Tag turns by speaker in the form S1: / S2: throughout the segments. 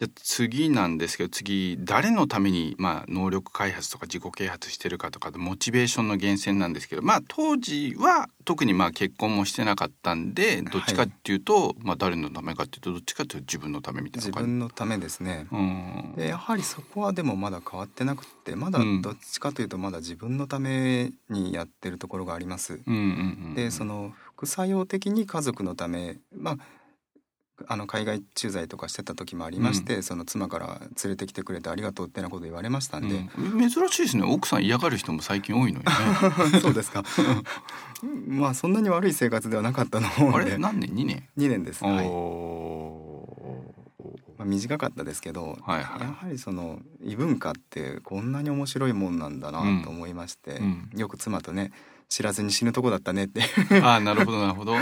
S1: じゃ次なんですけど次誰のために、まあ、能力開発とか自己啓発してるかとかでモチベーションの源泉なんですけど、まあ、当時は特にまあ結婚もしてなかったんでどっちかっていうと、まあ、誰のためかっていうとどっちかっていうと自分のためみたい
S2: 自
S1: な感
S2: 分のためですね
S1: じ。うん
S2: でやはりそこはでもまだ変わってなくってまだ
S1: うん
S2: どっちかというとまだ自分のためにやってるところがあります。
S1: うんうんうん、
S2: でその副作用的に家族のためまああの海外駐在とかしてた時もありまして、その妻から連れてきてくれてありがとうってなこと言われましたんで、
S1: うん珍しいですね奥さん嫌がる人も最近多いのよね
S2: そうですかまあそんなに悪い生活ではなかったの
S1: あ
S2: で
S1: れ何年2年
S2: 2年です、
S1: おー
S2: はいまあ、短かったですけど、
S1: はいはい
S2: やはりその異文化ってこんなに面白いもんなんだ
S1: うん
S2: なと思いまして、
S1: うん
S2: よく妻とね知らずに死ぬとこだったねって
S1: あーなるほどなるほど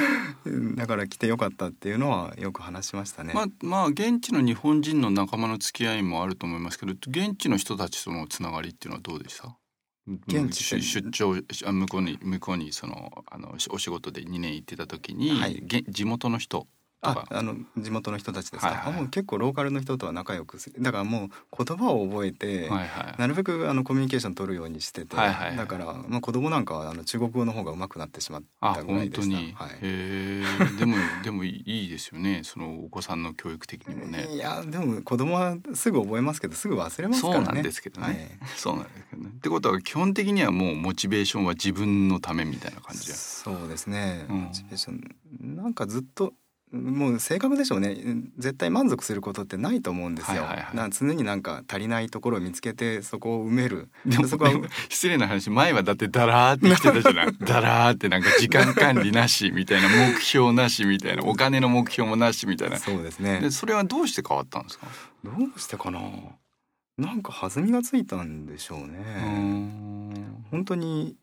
S2: だから来てよかったっていうのはよく話しましたね。
S1: まあまあ現地の日本人の仲間の付き合いもあると思いますけど現地の人たちとのつながりっていうのはどうでした
S2: 現地
S1: 出出張あ向こうに向こうにそのあのしお仕事で2年行ってた時に、
S2: はい
S1: げ地元の人と
S2: あ
S1: か
S2: あの地元の人たちですか、
S1: はいはいはい
S2: あもう結構ローカルの人とは仲良くすだからもう言葉を覚えて、
S1: はいはい
S2: なるべくあのコミュニケーション取るようにしてて、
S1: はいはいはい
S2: だから、まあ、子供なんかはあの中国語の方が上手くなってしまっ
S1: あ
S2: たぐら
S1: 本
S2: いで
S1: 当
S2: した。
S1: に、
S2: はい
S1: へえでも でもいいですよねそのお子さんの教育的にもね
S2: いやでも子供はすぐ覚えますけどすぐ忘れますから
S1: そ
S2: ね
S1: うなんですけどね、
S2: はい
S1: そうなんですけどねってことは基本的にはもうモチベーションは自分のためみたいな感じだ
S2: そうですね、
S1: うん
S2: モチベーションなんかずっともう性格でしょうね絶対満足することってないと思うんですよ、
S1: はいはいはい
S2: な常になんか足りないところを見つけてそこを埋める
S1: でも
S2: そこは
S1: でも失礼な話前はだってダラーってしてたじゃ ないダラーってなんか時間管理なしみたいな目標なしみたいなお金の目標もなしみたいな
S2: そうですね
S1: でそれはどうして変わったんですか、
S2: どうしてかななんか弾みがついたんでしょう
S1: う
S2: ね
S1: ん
S2: 本当に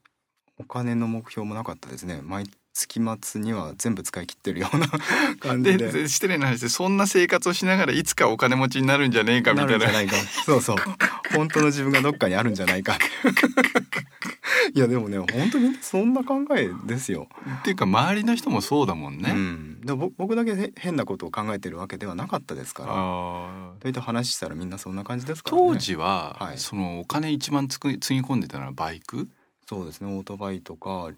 S2: お金の目標もなかったですね毎月末には全部使い切ってるような 感
S1: で
S2: じで
S1: で失礼な話でそんな生活をしながらいつかお金持ちになるんじゃねえかみ
S2: な
S1: た
S2: る
S1: い
S2: んじ
S1: な
S2: ゃないかそうそう本当の自分がどっかにあるんじゃな いかいやでもね本当にそんな考えですよ、
S1: っていうか周りの人もそうだもんね、
S2: うん、でも僕僕だけへ変なことを考えてるわけではなかったですから
S1: あー
S2: といって話したらみんなそんな感じですからね
S1: 当時は、
S2: はい
S1: そのお金一番つくつぎ込んでたのはバイク
S2: そうですねオートバイとか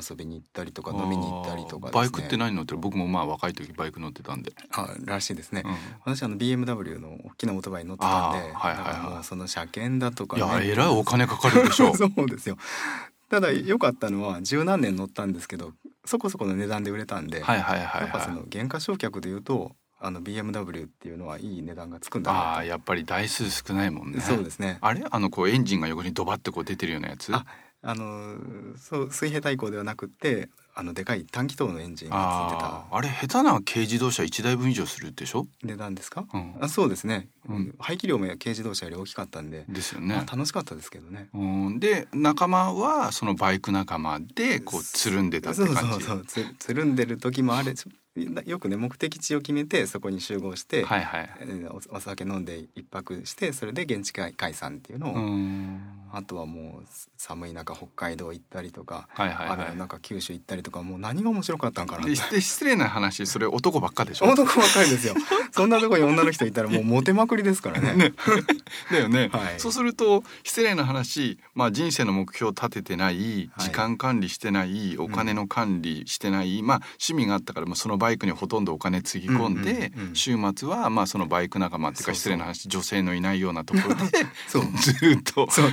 S2: 遊びに行ったりとか飲みに行ったりとか
S1: あ
S2: です、ね
S1: ー、バイクって何乗ってる僕もまあ若い時バイク乗ってたんで、
S2: あらしいですね、
S1: うん
S2: 私あの BMW の大きなオートバイに乗ってたんで、
S1: あーはいはいはい
S2: だからもうその車検だとか、
S1: い
S2: ね、
S1: やえらいお金かかるでし ょ
S2: そうですよただ良かったのは十何年乗ったんですけどそこそこの値段で売れたんで、
S1: はいはいはい
S2: やっぱそ
S1: はい
S2: の原価償却でいうとあの BMW っていうのはいい値段がつくんだ
S1: あ
S2: な
S1: あやっぱり台数少ないもん
S2: と
S1: ね
S2: そうですね
S1: あれあのこうエンジンが横にドバッてこう出てるようなやつ
S2: ああのそう水平対向ではなくってあのでかい短気筒のエンジンがついて
S1: あ
S2: た
S1: ーあれ下手な軽自動車1台分以上するでしょ、
S2: 値段ですか
S1: うん、
S2: あそうですね、
S1: うん
S2: 排気量も軽自動車より大きかったんで、
S1: ですよ
S2: まあ
S1: ね、
S2: 楽しかったですけどね
S1: うん、で仲間はそのバイク仲間でこうつるんでたって
S2: そう
S1: 感じ
S2: そうそうつつるんでる時もあれちょよくね目的地を決めてそこに集合して、
S1: はいはい
S2: えーおお酒飲んで一泊してそれで現地解解散っていうのを、
S1: うん
S2: あとはもうす寒い中北海道行ったりとか、
S1: はいはい
S2: 雨の
S1: は
S2: 中九州行ったりとかもう何が面白かったんかない
S1: で で失礼な話それ男ばっかでしょ
S2: 男ばっかりですよそんなとこに女の人いたらもうモテまくりですからね
S1: だよね、
S2: はい
S1: そうすると失礼な話、まあ、人生の目標を立ててない
S2: はい
S1: 時間管理してない、お金の管理してない、まあ趣味があったからもうそのバイクにほとんどお金つぎ込んで、
S2: うんうんうん
S1: 週末はまあそのバイク仲間っていうか
S2: そうそう
S1: 失礼な話女性のいないようなところ で
S2: そう
S1: ずーっと
S2: そう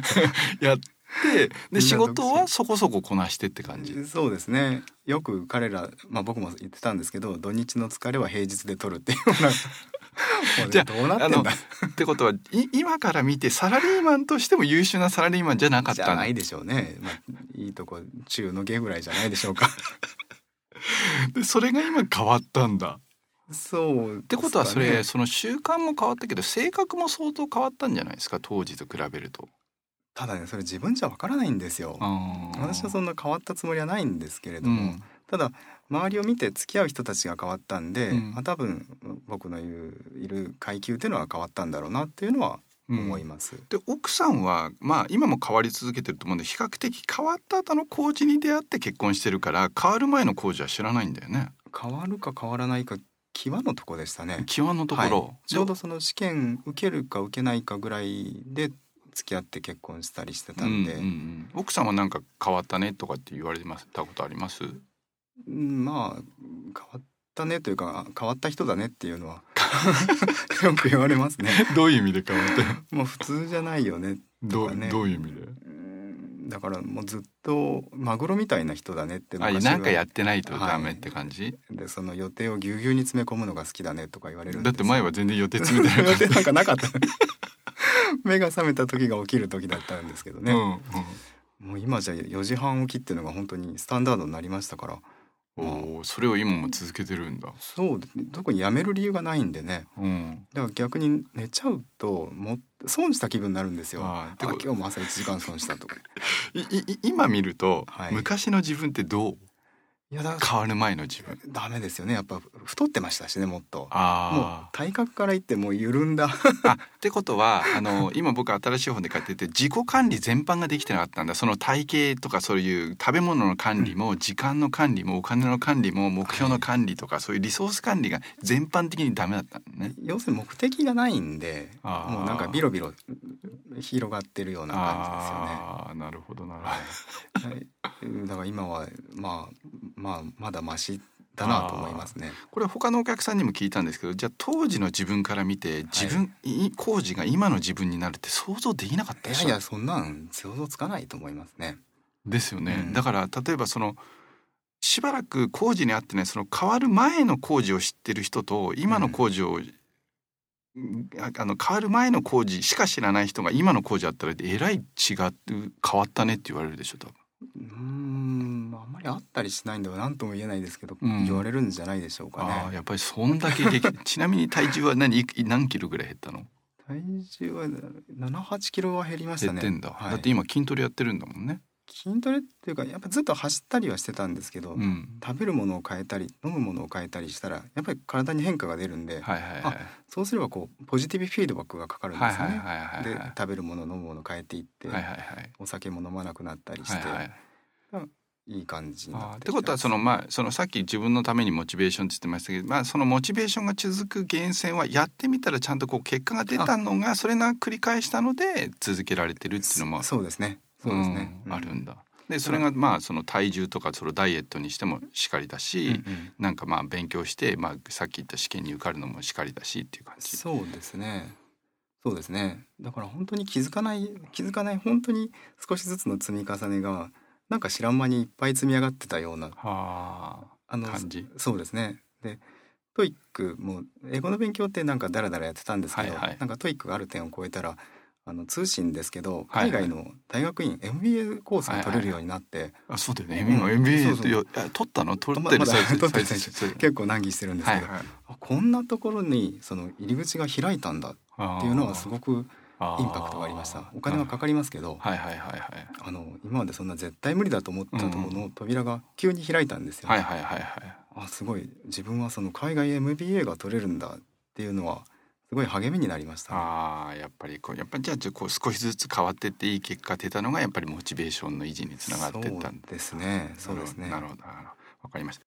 S1: やって
S2: みんな独
S1: で
S2: 身
S1: 仕事はそこそここなしてって感じ。
S2: そうですねよく彼ら、まあ、僕も言ってたんですけど土日の疲れは平日で取るっていうよ うなもうね
S1: じゃあ
S2: どうな
S1: あ
S2: って
S1: の
S2: んだ
S1: ってことはい今から見てサラリーマンとしても優秀なサラリーマンじゃなかっ
S2: じ
S1: た
S2: ゃ
S1: んだ
S2: ないでしょうね、まあ、いいとこ中の下ぐらいじゃないでし ょうか
S1: でそれが今変わったんだ。
S2: そうっ
S1: ってことはそれ、その習慣も変わったけど性格も相当変わったんじゃないですか当時と比べると。
S2: ただねそれ自分じゃわからないんですよ私はそ
S1: の
S2: んな変わったつもりはないんですけれど
S1: う
S2: も、
S1: ん
S2: ただ周りを見て付き合う人たちが変わったんで、
S1: うん
S2: まあ、多分僕の言ういる階級っていうのは変わったんだろうなっていうのは思い
S1: うん
S2: ます、
S1: で奥さんはまあ今も変わり続けてると思うんで比較的変わった後の工事に出会って結婚してるから変わる前の工事は知らないんだよね。
S2: 変わるか変わらないか際のとこでしたね。
S1: 際のところ、
S2: はいちょうどその試験受けるか受けないかぐらいで付き合って結婚したりしてたんで、
S1: うんうんうん、奥さんはなんか変わったねとかって言われてましたことあります
S2: うんまあ変わったねというか変わった人だねっていうのは よく言われますね。
S1: どういう意味で変わっ た
S2: もう普通じゃないよね。
S1: ど
S2: とかね
S1: ういう意味で
S2: うんだからもうずっとマグロみたいな人だねって
S1: あ
S2: 昔
S1: なんかや
S2: は
S1: ってないとダメって感じ、
S2: でその予定をぎゅうぎゅうに詰め込むのが好きだねとか言われるん
S1: だ
S2: で
S1: って前は全然予定詰めてなか
S2: 予
S1: った
S2: 定なんかなかった目が覚めた時が起きる時だったんですけどね、
S1: うんうん
S2: もう今じゃ4時半起きっていうのが本当にスタンダードになりましたから
S1: おお、それを今も続けてるんだ。
S2: そうですね特にやめる理由がないんでね
S1: うん。
S2: だから逆に寝ちゃうともう損した気分になるんですよ
S1: あ
S2: あ
S1: ーでも
S2: 今日も朝1時間損したとか
S1: いいい今見ると、
S2: はい
S1: 昔の自分ってどう
S2: いやだ
S1: 変わる前の自分。
S2: ダメですよねやっぱ太ってましたしねもっともう
S1: あ
S2: 体格から言ってもう緩んだ
S1: あ。あってことはあの今僕新しい本で買ってて自己管理全般ができてなかったんだその体型とかそういう食べ物の管理も時間の管理もお金の管理も目標の管理とか、そういうリソース管理が全般的にダメだったのね。
S2: 要するに目的がないんで
S1: あー
S2: もうなんかビロビロ広がってるような感
S1: ああなるほどなるほど。
S2: じですよね、はい、だから今はまあまあまだマシだなと思いますね
S1: これ他のお客さんにも聞いたんですけどじゃあ当時の自分から見て自分、い、工事が今の自分になるって想像できなかったで
S2: いや
S1: しょ
S2: いやそんなん想像つかないと思いますね
S1: ですよね、
S2: うん
S1: だから例えばそのしばらく工事に会ってねその変わる前の工事を知ってる人と今の工事を、うんああの変わる前の工事しか知らない人が今の工事あったらえらい違う変わったねって言われるでしょ多分
S2: うーんあんまりあったりしないんでは何とも言えないですけど、
S1: うん
S2: 言われるんじゃないでしょうか
S1: ああ
S2: ね
S1: やっぱりそんだけ 激ちなみに体重は何いく何キロぐらい減ったの
S2: 体重は78キロは減りました
S1: 減
S2: ね
S1: ってんだ、
S2: はい
S1: だって今筋トレやってるんだもんね
S2: 筋トレっていうかやっぱずっと走ったりはしてたんですけど、
S1: うん
S2: 食べるものを変えたり飲むものを変えたりしたらやっぱり体に変化が出るんで、
S1: はいはいはい
S2: あそうすればこうポジティブフィードバックがかかるんで
S1: はい
S2: すよ
S1: はい
S2: ね。
S1: はいはいはい
S2: で食べるもの飲むもの変えていって、
S1: はいはいはい
S2: お酒も飲まなくなったりして、
S1: はいはい
S2: い、い感じになっ
S1: あー
S2: て
S1: っ
S2: き
S1: てことはそのまあそのさっき自分のためにモチベーションって言ってましたけど、まあ、そのモチベーションが続く源泉はやってみたらちゃんとこう結果が出たのがそれが繰り返したので続けられてるっていうのも
S2: そうですねそうですね、
S1: うん
S2: うん
S1: あるんだ。でそれがまあその体重とかそのダイエットにしてもしかりだ
S2: う
S1: し、
S2: んうん
S1: なんかまあ勉強して、まあ、さっき言った試験に受かるのもしかりだしっていう感じ。
S2: そうですねそうですねだから本当に気づかない気づかない本当に少しずつの積み重ねがなんか知らん間にいっぱい積み上がってたような
S1: は
S2: あの
S1: 感じ
S2: そうですねでトイックも英語の勉強ってなんかダラダラやってたんですけど、
S1: はいはい
S2: なんかトイックがある点を超えたらあの通信ですけど
S1: はい
S2: 海
S1: はい
S2: 外の大学院、MBA コースが取れるようになって、
S1: ああそうだよね、
S2: うん
S1: 今 MBA
S2: そうそう
S1: っていや取ったの取ってる
S2: まだ
S1: 最初
S2: 取ってる
S1: 最初最初
S2: 結構難儀してるんですけ
S1: は
S2: ど、
S1: いはい
S2: あこんなところにその入り口が開いたんだっていうのはすごく
S1: あー
S2: インパクトがありましたお金はかかりますけど、
S1: はいはいはいはい
S2: あの今までそんな絶対無理だと思ったところの扉が急に開いたんですよ、
S1: はいはいはいはい
S2: あすごい自分はその海外 MBA が取れるんだっていうのはすごい励みになりましたね、
S1: あーやっぱりこうやっぱりじゃあじゃあこう少しずつ変わってっていい結果出たのがやっぱりモチベーションの維持につながってったんだ
S2: そうですねそうですね
S1: なるほどなるほどわかりました